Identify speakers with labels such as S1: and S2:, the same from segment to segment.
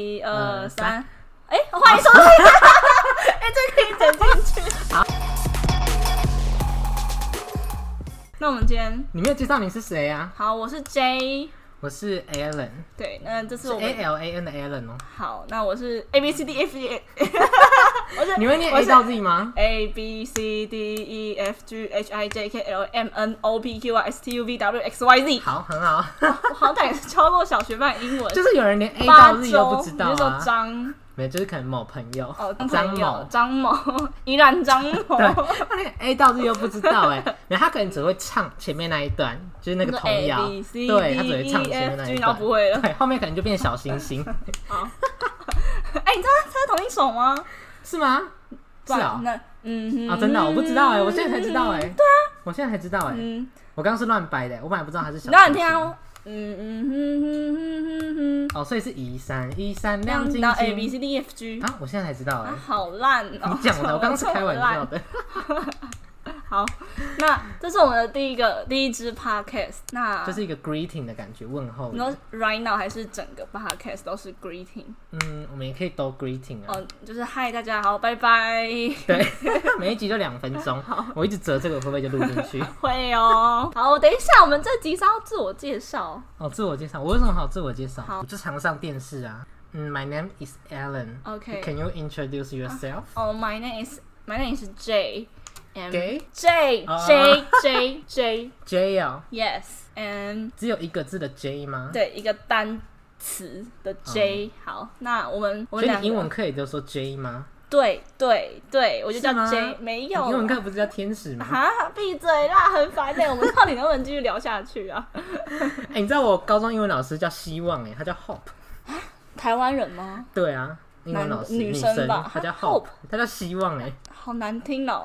S1: 一二
S2: 嗯
S1: 三，哎，欢 迎收听，哎，这可以剪进去。好，那我们今天
S2: 你没有介绍你是谁啊？
S1: 好，我是 J，
S2: 我是 Alan，
S1: 对，那这
S2: 是
S1: 是我
S2: A
S1: 们
S2: L A N 的 Alan 哦。
S1: 好，那我是 A B C D F E，我是
S2: 你会念
S1: 我
S2: A
S1: 是
S2: 到 Z 吗？
S1: A B C D E F G H I J K L M N O P Q R S T U V W X Y Z，
S2: 好，很好，
S1: 我好歹也是教过小学班英文，
S2: 就是有人连 A
S1: 八
S2: 到 Z
S1: 周，
S2: 都不知道
S1: 你就说
S2: 啊。
S1: 张
S2: 没有，就是可能某朋友
S1: 哦，
S2: 张
S1: 某
S2: 某，
S1: 张某，依然张某。
S2: 对，他连 A 到 Z 都不知道哎，没有，他可能只会唱前面那一段，就是那个童谣，
S1: A B C
S2: 对他只会唱
S1: D E
S2: 前面那
S1: F G，
S2: 一
S1: 然
S2: 段，
S1: 后不会了。
S2: 对，后面可能就变小星 星，
S1: 哎，你知道它是同一首吗？
S2: 是吗？是啊，
S1: 那嗯
S2: 啊，真的哦，我不知道哎，我现在才知道哎，对啊，我现在才知道哎，
S1: 嗯，
S2: 我刚刚是乱掰的，我本来不知道他是小。
S1: 那你听啊，哦，嗯嗯嗯嗯嗯嗯
S2: 哦，所以是一三一三亮
S1: 嗯，
S2: 晶
S1: 然
S2: 晶
S1: 后 A B C D E F G，
S2: 啊，我现在才知道哎、
S1: 啊，哦好烂哦！
S2: 你讲的，我刚刚是开玩笑的。
S1: 好，那这是我们的第一个第一支 podcast，那
S2: 就是一个 greeting 的感觉，问候
S1: 你。说 right now 还是整个 podcast 都是 greeting？
S2: 嗯，我们也可以都 greeting 啊。
S1: 哦，就是嗨，大家好，拜拜，
S2: 对，每一集就两分钟，我一直折这个，会不会就录进 去？
S1: 会哦。好，等一下，我们这集是要自我介绍
S2: 哦，自我介绍，我有什么好自我介绍
S1: 好？
S2: 我就常上电视啊。嗯，My name is Alan。
S1: OK
S2: Can you introduce yourself?
S1: 哦。My name is My name is J and
S2: Gay
S1: J J
S2: 哦
S1: J J
S2: J 哦，
S1: Yes and
S2: 只有一个字的 J 吗？
S1: 对一个单词的 J。好，那我们我
S2: 嗯
S1: 们
S2: 所以
S1: 两个
S2: 你英文课也就说 J 吗？
S1: 对对对，我就是叫
S2: 吗
S1: J，没
S2: 你
S1: 有啊
S2: 英文
S1: 啦
S2: 课不是叫天使 吗？
S1: 啊，闭嘴啦，很烦的。我们到底能不能继续聊下去啊？
S2: 哎、你知道我高中英文老师叫希望哎、他叫 Hope。
S1: 台湾人吗？
S2: 对啊，英文老师
S1: 男女
S2: 女
S1: 生吧
S2: 她叫
S1: 她
S2: Hope，她叫希望哎、
S1: 好难听哦。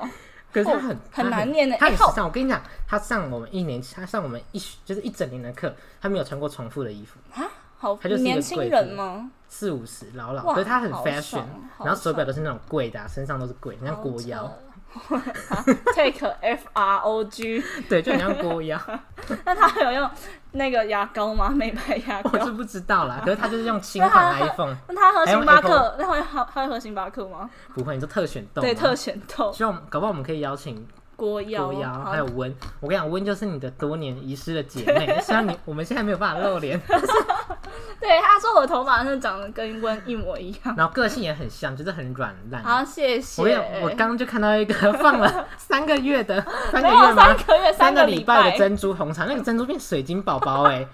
S2: 可是她
S1: Hope，
S2: 很
S1: 很
S2: 她
S1: 难念欸
S2: 她
S1: 哎
S2: 很时
S1: Hope
S2: 尚。我跟你讲，她上我们一年，她上我们一学就是一整年的课，她没有穿过重复的衣服，
S1: 啊，好
S2: 他就是一个
S1: 年轻
S2: 贵
S1: 人
S2: 妇
S1: 吗？
S2: 四五十老老，
S1: 哇
S2: 可是她很
S1: 好
S2: fashion，
S1: 爽好
S2: 然后手表都是那种贵的、啊，身上都是贵，很像国腰，
S1: ，Take F R O G，
S2: 对，就很像 国腰。
S1: 那他有用那个牙膏吗？美白牙膏
S2: 我？是不知道啦，可是她就是用新
S1: 那她
S2: 款 iPhone，
S1: 那啊他喝
S2: 还用
S1: 星巴
S2: Apple
S1: 克？那会喝他会喝星巴克吗？
S2: 不会，你就特选动、啊
S1: 对，特。选豆
S2: 希望搞不好我们可以邀请
S1: 锅腰
S2: 国瑶，
S1: 好
S2: 还有温。我跟你讲，温就是你的多年遗失的姐妹。 虽然你我们现在没有办法露脸，
S1: 对，他说我头发真的长得跟温一模一样。
S2: 然后个性也很像，就是很软烂。
S1: 好，谢谢。
S2: 嗯我跟你讲我刚就看到一个 放了三个 月的，三个
S1: 没
S2: 月
S1: 有
S2: 吗
S1: 三？个月，
S2: 三
S1: 个
S2: 礼
S1: 拜
S2: 的珍珠红茶，那个珍珠变水晶宝宝哎，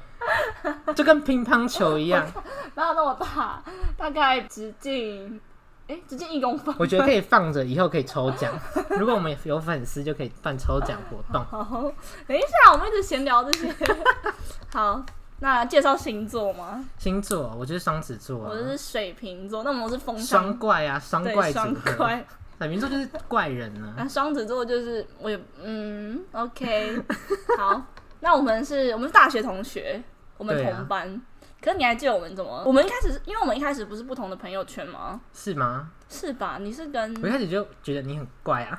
S2: 就跟乒乓球一 样。
S1: 哪有那么大？大概直径，哎，直径一公分。
S2: 我觉得可以放着，以后可以抽奖。如果我们有粉丝，就可以办抽奖活动。
S1: 好，等一下，我们一直闲聊这 些。好，那介绍星座吗？
S2: 星座，我就是双子座、
S1: 我
S2: 啊，
S1: 是水瓶座，那我们是风象
S2: 双怪啊，双
S1: 对
S2: 怪组
S1: 双
S2: 合。
S1: 怪，
S2: 水瓶座就是怪人啊呢、
S1: 那啊双子座就是我也嗯，OK，好， 那我们是我们是大学同学，我们
S2: 对啊
S1: 同班。可是你还记得我们怎么？我们一开始是因为我们一开始不是不同的朋友圈吗？
S2: 是吗？
S1: 是吧？你是跟
S2: 我一开始就觉得你很怪啊，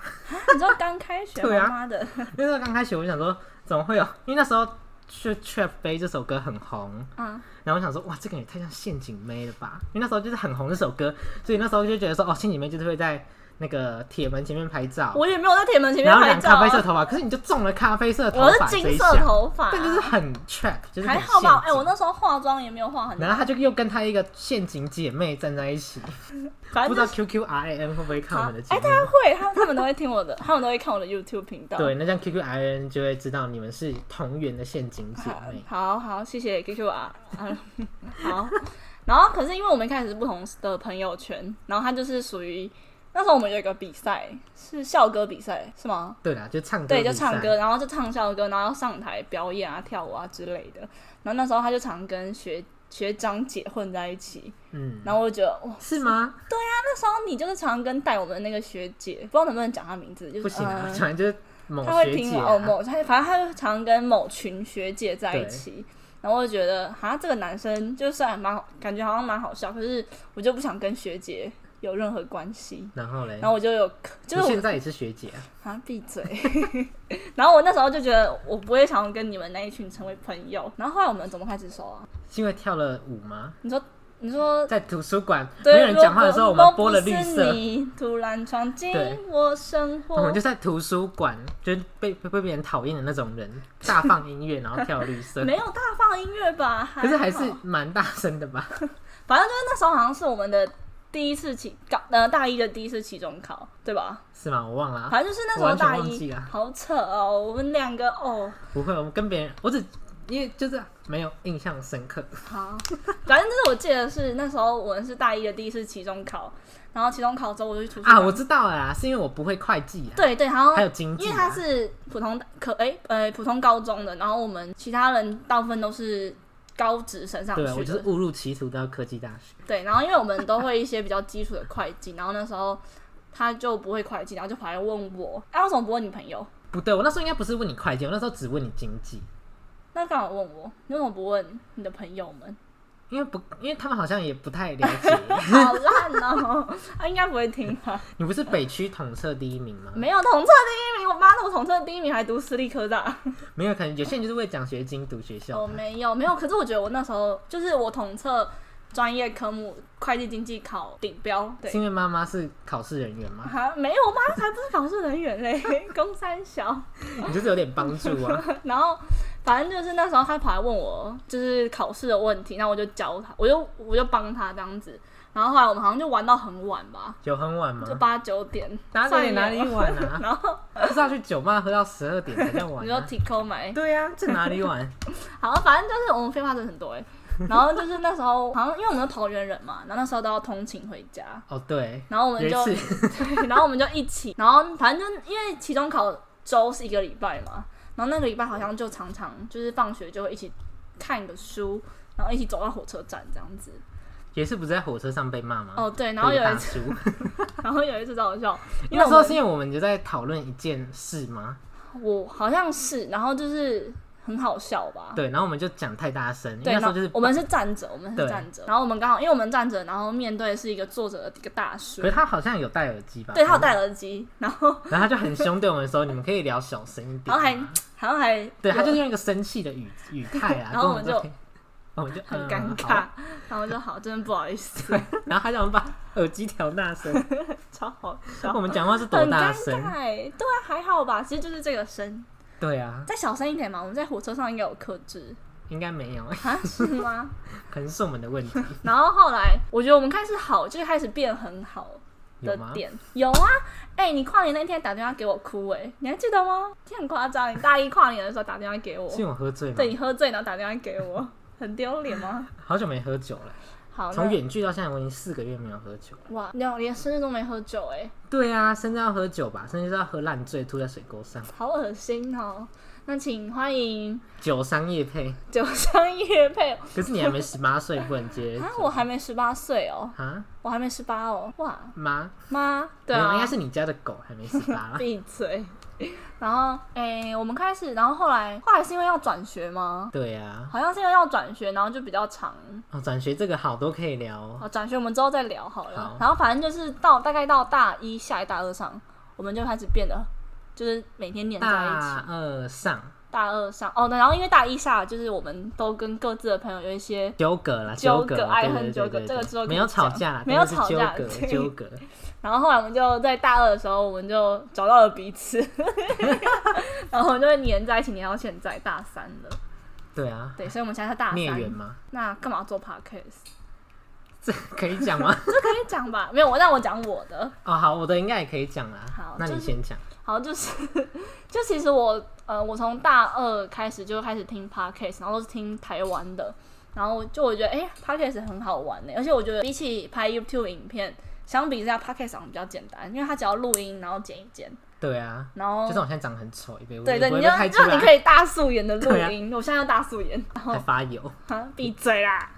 S1: 你知道刚开学
S2: 对
S1: 妈
S2: 啊
S1: 妈的，
S2: 因为那时候刚开始我就想说，怎么会有？因为那时候是《Trap 杯》这首歌很红，
S1: 嗯，
S2: 然后我想说，哇，这个也太像陷阱妹了吧？因为那时候就是很红这首歌，所以那时候就觉得说，哦，陷阱妹就是会在那个铁门前面拍照，
S1: 我也没有在铁门前面
S2: 然后
S1: 拍
S2: 染
S1: 照、
S2: 咖啡
S1: 啊
S2: 色，头发，可是你就中了咖啡色头
S1: 我是
S2: 发这
S1: 金
S2: 一
S1: 色
S2: 项，
S1: 头发，啊
S2: 但就是很 Trap，就是很
S1: 还好吧？哎、
S2: 陷阱
S1: 我那时候化妆也没有化很多，
S2: 然后他就又跟他一个陷阱姐妹站在一起，
S1: 反
S2: 不
S1: 正
S2: 知
S1: 就是
S2: 道 QQ R A N 会不会看我们的节
S1: 哎、
S2: 目？
S1: 大家会，他他们都会听我的，他们都会看我的 YouTube 频道，
S2: 对，那这样 QQ I N 就会知道你们是同源的陷阱姐
S1: 好
S2: 妹。
S1: 好好，谢谢 QQ 啊， 嗯，好。然后可是因为我们一开始是不同的朋友圈，然后他就是属于那时候我们有一个比赛是校歌比赛是吗？
S2: 对啦，就唱歌，
S1: 对，就唱歌，。然后就唱校歌，然后要上台表演啊、跳舞啊之类的。然后那时候他就常跟学学长姐混在一起，
S2: 嗯，
S1: 然后我就觉得哇，
S2: 是吗？
S1: 那时候你就是常跟带我们的那个学姐，不知道能不能讲她名字，就是
S2: 不行啊，
S1: 呃
S2: 反正就是某
S1: 他会
S2: 学
S1: 听
S2: 姐
S1: 我
S2: 啊
S1: 哦某，他反正他就常跟某群学姐在一
S2: 对
S1: 起，然后我就觉得哈这个男生就算蛮好，感觉好像蛮好笑，可是我就不想跟学姐有任何关系，
S2: 然后嘞
S1: 然，后我就有就是
S2: 你
S1: 我
S2: 现在也是学姐啊，
S1: 啊闭嘴， 然后我那时候就觉得我不会想要跟你们那一群成为朋友，然后后来我们怎么开始熟啊？
S2: 是因为跳了舞吗？
S1: 你说你说
S2: 在图书馆没
S1: 对，
S2: 有人讲话的时候，我
S1: 如果
S2: 们播了绿
S1: 如果
S2: 色
S1: 不是。你突然闯进
S2: 对
S1: 我生
S2: 我
S1: 活
S2: 们就，在图书馆，就是被被被别人讨厌的那种人，大放音乐，然后跳绿色。
S1: 没有啊大放音乐吧？
S2: 可是还是
S1: 好
S2: 蛮大声的吧？
S1: 反正就是那时候好像是我们的第一次期高，呃，大一的第一次期中考，对吧？
S2: 是吗？我忘了、啊，
S1: 反正就是那时
S2: 我
S1: 候
S2: 完全
S1: 大
S2: 忘
S1: 一
S2: 记，啊了
S1: 好扯哦，我们两个哦，
S2: 不会，我们跟别人，我只因为就是没有印象深刻。
S1: 好，反正就是我记得是那时候我们是大一的第一次期中考，然后期中考之后我就去图书馆
S2: 啊，我知道了啦，是因为我不会会计啊，
S1: 对对，然后
S2: 还有经济、啊，
S1: 因为他是普通可哎、呃普通高中的，然后我们其他人大部分都是高职升上去
S2: 对
S1: 的，
S2: 啊，我就是误入歧途到科技大学。
S1: 对然后因为我们都会一些比较基础的会计，然后那时候他就不会会计，然后就跑来问我，哎、为什么不问你朋友？
S2: 不对，我那时候应该不是问你会计，我那时候只问你经济，
S1: 那干嘛问我？你为什么不问你的朋友们？
S2: 因为不，因为他们好像也不太了 解。
S1: 好烂哦、他应该不会听吧？
S2: 你不是北区统测第一名吗？
S1: 没有统测第一名，我妈的，我统测第一名还读私立科大。
S2: 没有，可能有些人就是为奖学金读学校。
S1: 我哦没有没有，可是我觉得我那时候就是我统测专业科目会计经济考顶标，对
S2: 是，因为妈妈是考试人员吗？
S1: 啊，没有吗？才不是考试人员嘞，公三小。
S2: 你就是有点帮助 啊。
S1: 然后反正就是那时候他跑来问我，就是考试的问题，然后我就教他，我就我就帮他这样子。然后后来我们好像就玩到很晚吧，
S2: 有很晚
S1: 就
S2: 吗？
S1: 八九点。
S2: 哪里哪里晚
S1: 算了
S2: 啊？
S1: 然后
S2: 就是要去酒吧喝到十二点才叫晚、
S1: 你说
S2: 啊。
S1: 体扣买，
S2: 对呀、这哪 里晚？
S1: 好，反正就是我们废话真的很多 哎。然后就是那时候好像因为我们是桃园人嘛，然后那时候都要通勤回家，
S2: 哦，对，
S1: 然后我
S2: 有
S1: 们
S2: 一
S1: 就
S2: 次
S1: 对， 然后我们就一起，然后反正就因为期中考周是一个礼拜嘛，然后那个礼拜好像就常常就是放学就会一起看个书，然后一起走到火车站这样子。
S2: 有一次不是在火车上被骂吗？
S1: 哦，对，然后
S2: 被
S1: 有
S2: 一个
S1: 一
S2: 大
S1: 次，
S2: 叔，
S1: 然后有一次超好笑，因为
S2: 那
S1: 我
S2: 时候
S1: 们
S2: 是因为我们就在讨论一件事吗？
S1: 哦我好像是，然后就是很好笑吧。
S2: 对，然后我们就讲太大声，因为
S1: 对，
S2: 那
S1: 然
S2: 时
S1: 后
S2: 候就是
S1: 我们是站着，我们是
S2: 对
S1: 站着，然后我们刚好，因为我们站着，然后面对是一个坐着的一个大叔
S2: 可，是他好像有戴耳机吧？
S1: 对他有，戴耳机，然后
S2: 然后他就很凶对我们说：“你们可以聊小声一点。”
S1: 然后还好像还
S2: 对，他
S1: 有
S2: 就是用一个生气的语语态 啊，
S1: 然后我
S2: 跟我们
S1: 们就
S2: 说， 我们就
S1: 很
S2: 嗯
S1: 尴
S2: 好
S1: 尬，然后就好，真的不好意思，
S2: 然后他想把耳机调大声，
S1: 超 好笑
S2: 我。们讲话是多
S1: 很
S2: 大
S1: 尴
S2: 声
S1: 尬？欸，对啊，还好吧，其实就是这个声，
S2: 对啊，
S1: 再小声一点嘛。我们在火车上应该有克制
S2: 应该没有，
S1: 啊，是吗？
S2: 可能是我们的问题，
S1: 然后后来我觉得我们开始好，就是开始变很好的
S2: 有吗？
S1: 点，有啊，哎、你跨年那天打电话给我哭、欸，哎，你还记得吗？你很夸张，你大一跨年的时候打电话给我
S2: 是，因为我喝醉
S1: 对
S2: 吗？
S1: 你喝醉然后打电话给我，很丢脸 吗？
S2: 好久没喝酒了，
S1: 好，
S2: 从
S1: 那
S2: 远距到现在，我已经四个月没有喝酒了。
S1: 哇，你好连生日都没喝酒、欸，哎，
S2: 对啊，甚至要喝酒吧，甚至要喝烂醉，吐在水沟上。
S1: 好恶心哦。那请欢迎
S2: 酒商业配，
S1: 酒商业配
S2: 可是你还没十八岁，不能接
S1: 啊，我还没十八岁哦。
S2: 啊
S1: 我还没十八哦，哇
S2: 妈，
S1: 妈，对
S2: 没有
S1: 啊，。
S2: 应该是你家的狗还没十 八
S1: 闭嘴。然后，诶、我们开始，然后后来，后来是因为要转学吗？
S2: 对啊，
S1: 好像是因为要转学，然后就比较长。
S2: 哦，转学这个好多可以聊哦。
S1: 好，转学我们之后再聊好了。
S2: 好
S1: 然后反正就是到大概到大一下一大二上，我们就开始变得就是每天黏在一起。
S2: 大二上
S1: 大二上哦，那然后因为大一下就是我们都跟各自的朋友有一些
S2: 纠葛啦，
S1: 纠葛
S2: 葛，
S1: 爱
S2: 对
S1: 恨
S2: 对
S1: 纠
S2: 对
S1: 葛
S2: 对
S1: 这个
S2: 对
S1: 之后可
S2: 没
S1: 以
S2: 有吵
S1: 讲
S2: 架啦，
S1: 没
S2: 但
S1: 有
S2: 是
S1: 吵
S2: 纠
S1: 架
S2: 葛
S1: 对
S2: 纠葛。
S1: 然后后来我们就在大二的时候，我们就找到了彼此， 然后我们就会黏在一起，黏到现在大三了。
S2: 对啊，
S1: 对，所以我们现在是大
S2: 孽缘
S1: 三。
S2: 吗？
S1: 那干嘛做 podcast？
S2: 这可以讲吗？
S1: 这可以讲吧？没有，我让我讲我的。
S2: 哦，好，我的应该也可以讲啦。
S1: 好
S2: 那
S1: 就
S2: 你
S1: 是
S2: 先讲。
S1: 好，就是就其实我呃，我从大二开始就开始听 podcast，然后都是听台湾的，然后就我觉得哎、p o d c a s t 很好玩呢、而且我觉得比起拍 YouTube 影片，相比之下 podcast 好像比较简单，因为它只要录音，然后剪一剪，
S2: 对啊，
S1: 然后
S2: 就是我现在长得很丑，也不
S1: 哦对
S2: 会
S1: 对，
S2: 不
S1: 你
S2: 会
S1: 就
S2: 被拍出
S1: 让你
S2: 来，
S1: 可以大素颜 的录
S2: 对啊
S1: 音，我现在要大素颜，然后
S2: 还发油。
S1: 啊闭嘴啦。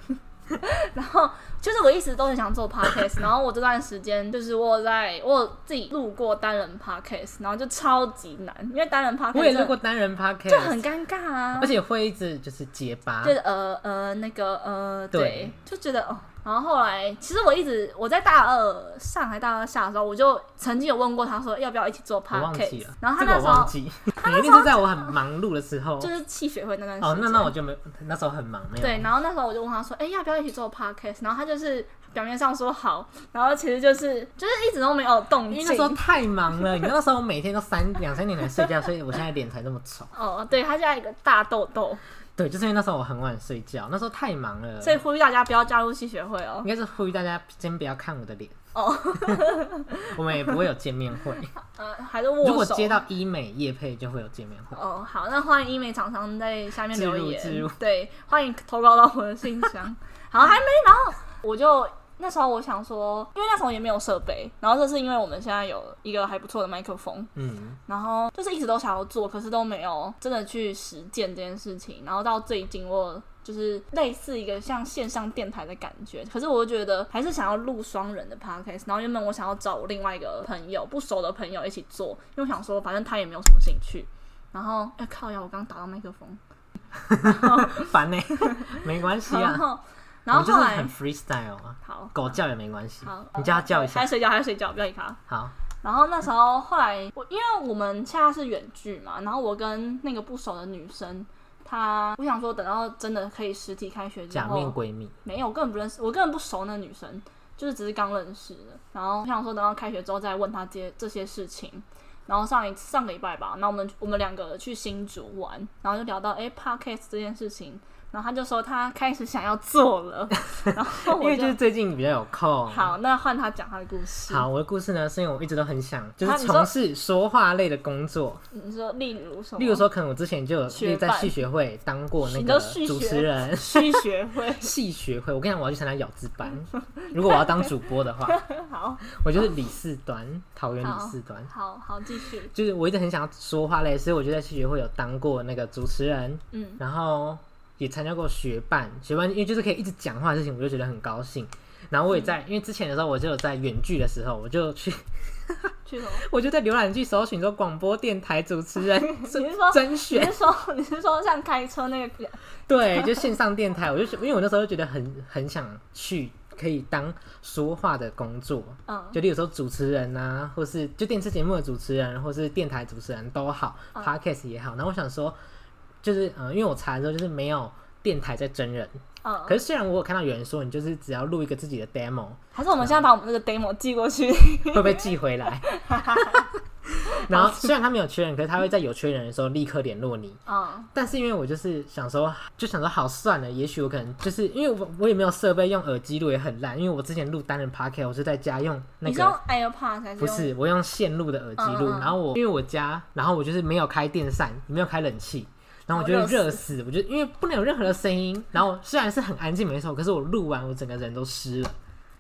S1: 然后就是我一直都很想做 podcast，然后我这段时间就是我有在我有自己录过单人 podcast，然后就超级难，因为单人 podcast
S2: 我也
S1: 真的
S2: 录过单人 podcast，
S1: 就很尴尬啊
S2: 而，且会一直就是结巴
S1: 就。是呃呃那个呃
S2: 对
S1: 对，就觉得哦然后后来，其实我一直我在大二上还大二下的时候，我就曾经有问过他说要不要一起做
S2: 我忘记
S1: podcast，
S2: 了，哦
S1: 然后他
S2: 这个
S1: 那
S2: 我
S1: 时候
S2: 忘记， 你一定是在我很忙碌的时候。
S1: 就是气学会那段时间，
S2: 哦，那那我就没，那时候很忙，没有。
S1: 对，然后那时候我就问他说，哎、要不要一起做 podcast？然后他就是表面上说好，然后其实就是就是一直都没有动
S2: 因为
S1: 静
S2: 那。时候太忙了，你知道那时候我每天都三两三点才睡觉，所以我现在脸才这 么丑。
S1: 哦，对，他现在一个大痘痘，
S2: 对，就是因为那时候我很晚睡觉，那时候太忙了，
S1: 所以呼吁大家不要加入戏学会哦
S2: 应。该是呼吁大家先不要看我的脸。
S1: 哦，
S2: 我们也不会有见面会。
S1: 呃，还是
S2: 如
S1: 握
S2: 果
S1: 手。
S2: 接到医美业配，就会有见面会。
S1: 哦，好，那欢迎医美厂商在下面
S2: 置
S1: 留
S2: 入置入
S1: 言， 对，欢迎投稿到我的信箱。好，还没，然后我就那时候我想说，因为那时候也没有设备，然后这是因为我们现在有一个还不错的麦克风，
S2: 嗯，
S1: 然后就是一直都想要做，可是都没有真的去实践这件事情。然后到最近我就是类似一个像线上电台的感觉，可是我又觉得还是想要录双人的 podcast。然后原本我想要找我另外一个朋友，不熟的朋友一起做，因为我想说反正他也没有什么兴趣。然后哎、靠呀，我刚打到麦克风，
S2: 烦呢、 没关系
S1: 然
S2: 啊。
S1: 后然后
S2: 你就是
S1: 后来
S2: 很 freestyle 啊，
S1: 好
S2: 狗叫也没关系
S1: 好，，
S2: 你叫它叫一
S1: 还
S2: 下。
S1: 睡觉还睡觉，不要理他。
S2: 好，
S1: 然后那时候后来我，因为我们现在是远距嘛，然后我跟那个不熟的女生，她我想说等到真的可以实体开学之
S2: 假面
S1: 后，
S2: 闺蜜。
S1: 没有，我根本不认识，我根本不熟那女生，就是只是刚认识的。然后我想说等到开学之后再问她这些这些事情。然后上一次上个礼拜吧，那我们我们两个去新竹玩，然后就聊到哎 podcast 这件事情，然后她就说她开始想要做了，然后
S2: 因
S1: 我
S2: 为就
S1: 就是
S2: 最近比较有空。
S1: 好，那换她讲她的故事。
S2: 好，我的故事呢，是因为我一直都很想，就
S1: 啊
S2: 是
S1: 你说
S2: 从事说话类的工作。
S1: 你说例如什么？
S2: 例如说，可能我之前就有
S1: 学
S2: 例如在
S1: 伴
S2: 戏学会当过那
S1: 你
S2: 个
S1: 都戏
S2: 主
S1: 学。
S2: 持人
S1: 虚学会。
S2: 戏学会，我跟你讲，我要去参加咬字 班。如果我要当主播的话，
S1: 好
S2: 我就是李四端，桃园
S1: 好
S2: 李四端。
S1: 好好，继续。
S2: 就是我一直很想要说话类，所以我就在戏学会有当过那个主持人，
S1: 嗯，
S2: 然后也参加过学伴。学伴因为就是可以一直讲话的事情，我就觉得很高兴。然后我也在，
S1: 嗯
S2: 因为之前的时候我就有在远距的时候，我就去，
S1: 去什么？
S2: 我就在浏览器搜寻说广播电台主持人
S1: 你是说
S2: 甄
S1: 你
S2: 选，
S1: 是说 你是说像开车那个？
S2: 对，就线上电台。我就觉因为我那时候就觉得很很想去可以当说话的工作，
S1: 嗯
S2: 就例如说主持人啊，或是就电视节目的主持人，或是电台主持人都好、
S1: 嗯
S2: p o d c a s t 也好。然后我想说，就是嗯、呃因为我查的时候就是没有电台在真人，
S1: 嗯，
S2: 可是虽然我有看到有人说，你就是只要录一个自己的 demo
S1: 还是我们现在把我们这个 demo 寄过 去？
S2: 会被寄 回来。 然后虽然他没有缺人，可是他会在有缺人的时候立刻联络你。
S1: 嗯
S2: 但是因为我就是想说，就想说好算了，也许我可能就是因为我我也没有设备，用耳机录也很烂，因为我之前录单人 p o d c a s t 我是在家用那
S1: 你是
S2: 个
S1: 用 AirPods 还是
S2: 不
S1: 用？
S2: 是，我用线路的耳机录，
S1: 嗯嗯嗯
S2: 然后我因为我家，然后我就是没有开电扇，也没有开冷气，然后我就
S1: 哦热
S2: 热死，我就因为不能有任何的声音，然后虽然是很安静没错，可是我录完我整个人都湿了，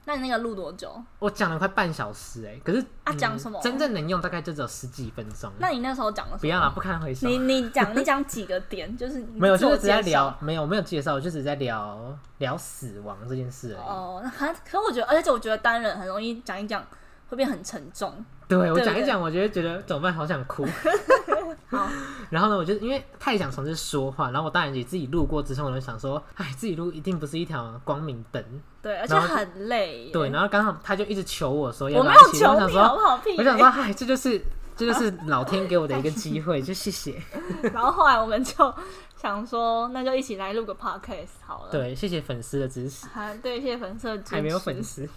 S1: 那你那个录多久？
S2: 我讲了快半小时哎、可是
S1: 啊讲什么
S2: 真正能用大概就只有十几分钟，
S1: 那你那时候讲了
S2: 不
S1: 什么？
S2: 要啦，不堪回首
S1: 你。你讲你 讲几个点？就是你
S2: 没有，
S1: 自
S2: 就
S1: 我
S2: 是只在
S1: 介绍
S2: 聊，没有我没有介绍，我就只在聊聊死亡这件事而已。
S1: 哦。那可可我觉得，而且我觉得单人很容易讲一讲会变很沉重。
S2: 对我
S1: 对不
S2: 讲一
S1: 对
S2: 讲，我就会觉得怎么办，好想哭。
S1: 好，
S2: 然后呢，我就因为太想尝试说话，然后我当然也自己录过之后呢，想说，哎，自己录一定不是一条光明灯。
S1: 对，而且
S2: 然后就
S1: 很累耶。
S2: 对，然后刚好他就一直求我说要
S1: 我
S2: 不
S1: 没
S2: 要一
S1: 有
S2: 起录，我
S1: 求
S2: 想
S1: 你哦好
S2: 说，
S1: 不好？屁
S2: 我想说，哎，这就是这就是老天给我的一个机会，就谢谢，
S1: 然后后来我们就想说，那就一起来录个 podcast 好了。，
S2: 对，谢谢粉丝的支持，
S1: 还对，谢谢粉色支持。
S2: 还没有粉。丝，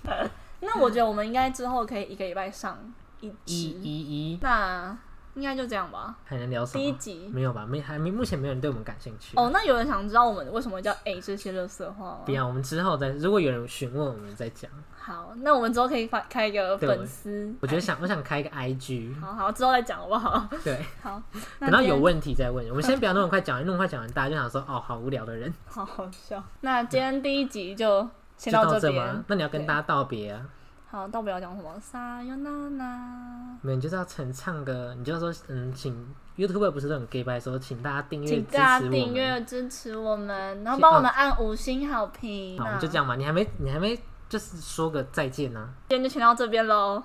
S1: 那我觉得我们应该之后可以一个礼拜上一
S2: 一
S1: 集，
S2: 一一，
S1: 那应该就这样吧。
S2: 还能聊什
S1: 第一
S2: 么？
S1: 集
S2: 没有吧？没，还没，目前没有人对我们感兴趣。
S1: 哦，那有人想知道我们为什么叫 A 这些热色话吗
S2: 不？要，我们之后再，如果有人询问，我们再讲。
S1: 好，那我们之后可以发开一个
S2: 对
S1: 粉丝，
S2: 我觉得想，我想开一个 IG，
S1: 好好之后再讲好不好？
S2: 对，
S1: 好，那
S2: 等到
S1: 今
S2: 有
S1: 天
S2: 问题再问。我们先不要那么快讲完，那么快讲完，大家就想说，哦，好无聊的人。
S1: 好好笑。那今天第一集就先
S2: 就
S1: 到
S2: 这
S1: 边
S2: 吗？。那你要跟
S1: 对
S2: 大家道别啊，
S1: 好，到不了讲什么，撒哟那那，
S2: 没有，你就是要陈唱歌，你就要说，嗯，请 YouTube 不是都很 gay 白说，请大家订阅
S1: 请
S2: 支
S1: 大
S2: 持
S1: 家
S2: 我
S1: 订
S2: 们。
S1: 阅支持我们，然后
S2: 请
S1: 帮我们按五星好评。
S2: 好，我
S1: 那
S2: 们就这样吧。你还没，你还没，就是说个再见呢、
S1: 今天就先到这边喽，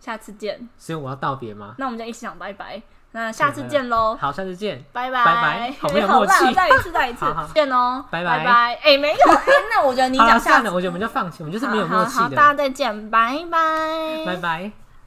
S1: 下次见。
S2: 所以我要道别吗？
S1: 那我们就一起讲拜拜，那下次见喽，
S2: 好，下次见。
S1: 拜
S2: 拜拜好没有
S1: 好
S2: 默契
S1: 烂哦，再一次，再一次
S2: 好好，
S1: 见哦，
S2: 拜拜
S1: 拜拜。哎，没有，哎，那我觉得你
S2: 好啦
S1: 讲下
S2: 算
S1: 次
S2: 了，我觉得我们就放弃，我们就是没有
S1: 好好
S2: 默契
S1: 好，大
S2: 的。
S1: 家再见，拜拜，
S2: 拜拜。